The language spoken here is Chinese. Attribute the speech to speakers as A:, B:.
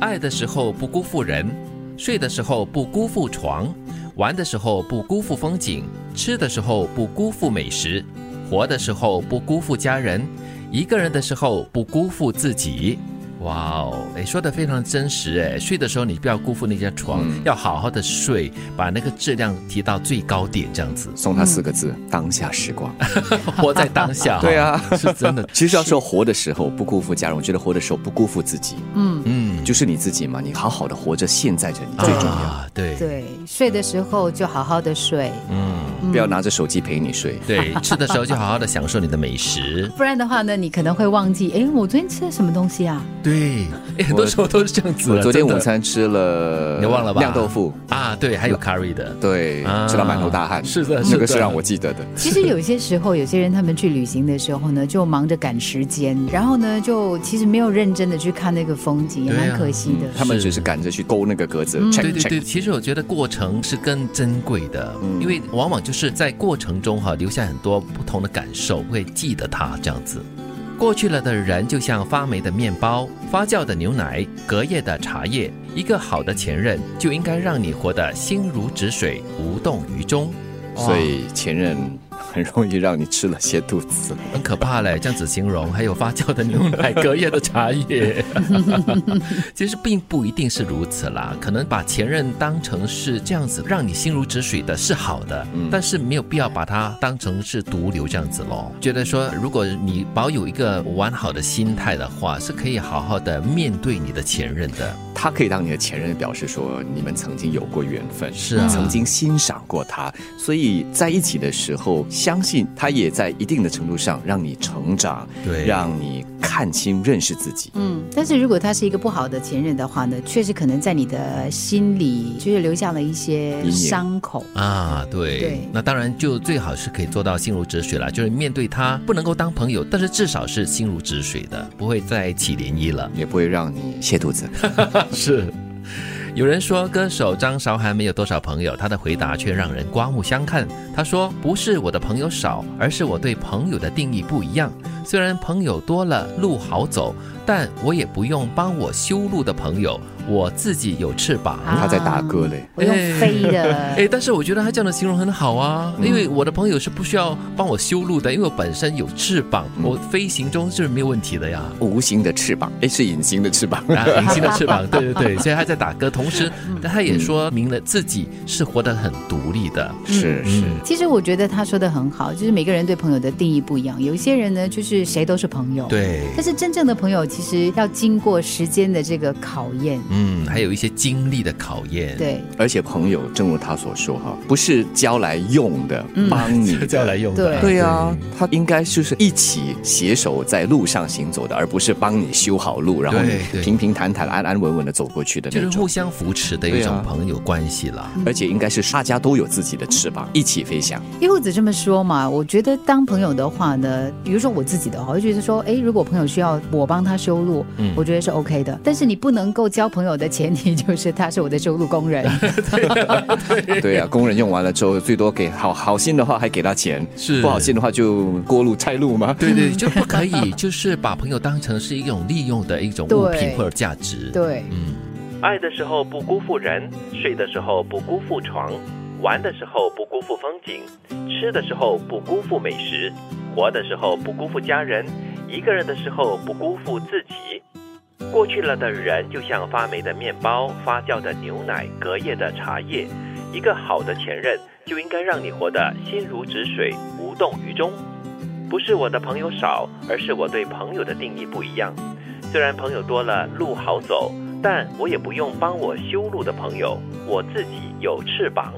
A: 爱的时候不辜负人，睡的时候不辜负床，玩的时候不辜负风景，吃的时候不辜负美食，活的时候不辜负家人，一个人的时候不辜负自己。哇哦，哎，说的非常真实哎，睡的时候你不要辜负那张床，
B: 嗯
A: 要好好的睡，把那个质量提到最高点，这 样子
B: 送他四个字：当下时光。
A: 活在当下。哦
B: 对啊，
A: 是真的。
B: 其实要说活的时候不辜负家人，我觉得活的时候不辜负自己，
C: 嗯，
A: 嗯，
B: 就是你自己嘛，你好好的活着，现在着你最重要，
A: 啊对，
C: 对，睡的时候就好好的睡，
A: 嗯。
C: 嗯
B: 不要拿着手机陪你睡。
A: 对， 吃的时候就好好的享受你的美食。
C: 不然的话呢，你可能会忘记，哎，我昨天吃了什么东 西啊？
A: 对，诶哎很多时候都是这样子
B: 我
A: 的。
B: 昨天
A: 真的
B: 午餐吃了，
A: 你忘了吧？
B: 酿豆腐，
A: 啊，对，还有 curry 的，
B: 对，
A: 啊
B: 吃到满头大汗，
A: 是的是
B: 那个是
A: 的
B: 让我记得的。
C: 其实有些时候，有些人他们去旅行的时候呢，就忙着赶时间，然后呢，就其实没有认真的去看那个风景，也
A: 对啊
C: 蛮可惜的。
B: 嗯他们只是赶着去勾那个格子
C: 嗯
A: 对
B: ，check
A: 对对，
B: check。
A: 其实我觉得过程是更珍贵的，
B: 嗯
A: 因为往往就是在过程中哈、留下很多不同的感受，会记得它这样子。过去了的人就像发霉的面包、发酵的牛奶、隔夜的茶叶。一个好的前任就应该让你活得心如止水，无动于衷。
B: 所以前任很容易让你吃了些肚子。
A: 很可怕嘞，这样子形容，还有发酵的牛奶、隔夜的茶叶，其实并不一定是如此啦。可能把前任当成是这样子，让你心如止水的是好的，
B: 嗯
A: 但是没有必要把它当成是毒瘤这样子咯。觉得说，如果你保有一个完好的心态的话，是可以好好的面对你的前任的。
B: 他可以当你的前任，表示说你们曾经有过缘分，
A: 是啊
B: 曾经欣赏过他，所以在一起的时候，相信他也在一定的程度上让你成长，
A: 对
B: 让你看清认识自己。
C: 嗯，但是如果他是一个不好的前任的话呢，确实可能在你的心里就是留下了一
B: 阴
C: 些
B: 影
C: 伤口。
A: 啊，对，
C: 对
A: 那当然就最好是可以做到心如止水了，就是面对他不能够当朋友，但是至少是心如止水的，不会再起涟漪 了。
B: 也不会让你泻肚子。
A: 是。有人说歌手张韶涵没有多少朋友，她的回答却让人刮目相看。她说：“不是我的朋友少，而是我对朋友的定义不一样。虽然朋友多了路好走，但我也不用帮我修路的朋友，我自己有翅膀。
C: 啊
B: 他在打歌嘞，
C: 我用飞的，
A: 哎，但是我觉得他这样的形容很好啊，因为我的朋友是不需要帮我修路的，因为我本身有翅膀，我飞行中是没有问题的呀。
B: 无形的翅膀，哎，是隐形的翅膀。
A: 啊，隐形的翅膀，对对对，所以他在打歌，同时他也说明了自己是活得很独立的。
B: 是是，
A: 嗯，
C: 其实我觉得他说的很好，就是每个人对朋友的定义不一样。有一些人呢，就是谁都是朋友，。
A: 对，
C: 但是真正的朋友，其实要经过时间的这个考验，
A: 嗯，还有一些经历的考验，，
C: 对
B: 而且朋友，正如他所说哈，不是交来用的，
A: 嗯
B: 帮你的
A: 叫来用的
C: 对
B: 对啊，他应该就是一起携手在路上行走的，而不是帮你修好路，然后
A: 对
B: 你
A: 对
B: 平平坦坦、安安稳稳的走过去的
A: 就
B: 那
A: 是互
B: 种。
A: 相扶持的一
B: 对
A: 种
B: 啊
A: 朋友关系啦。
B: 而且应该是大家都有自己的翅膀，一起 飞翔。
C: 因为我只这么说嘛，我觉得当朋友的话呢，比如说我自己的话，我就觉得说，哎，如果朋友需要我帮他修路，
A: 嗯
C: 我觉得是 OK 的。但是你不能够交朋友的前提就是他是我的修路工人，
B: 对啊，工人用完了之后，最多给好好心的话还给他钱，
A: 是
B: 不好心的话就过路拆路嘛。
A: 对对，就不可以就是把朋友当成是一种利用的一种物品
C: 对
A: 或者价值。
C: 对。
A: 嗯，爱的时候不辜负人，睡的时候不辜负床，玩的时候不辜负风景，吃的时候不辜负美食，活的时候不辜负家人，一个人的时候不辜负自己。过去了的人就像发霉的面包、发酵的牛奶、隔夜的茶叶。一个好的前任就应该让你活得心如止水，无动于衷。不是我的朋友少，而是我对朋友的定义不一样。虽然朋友多了路好走，但我也不用帮我修路的朋友，我自己有翅膀。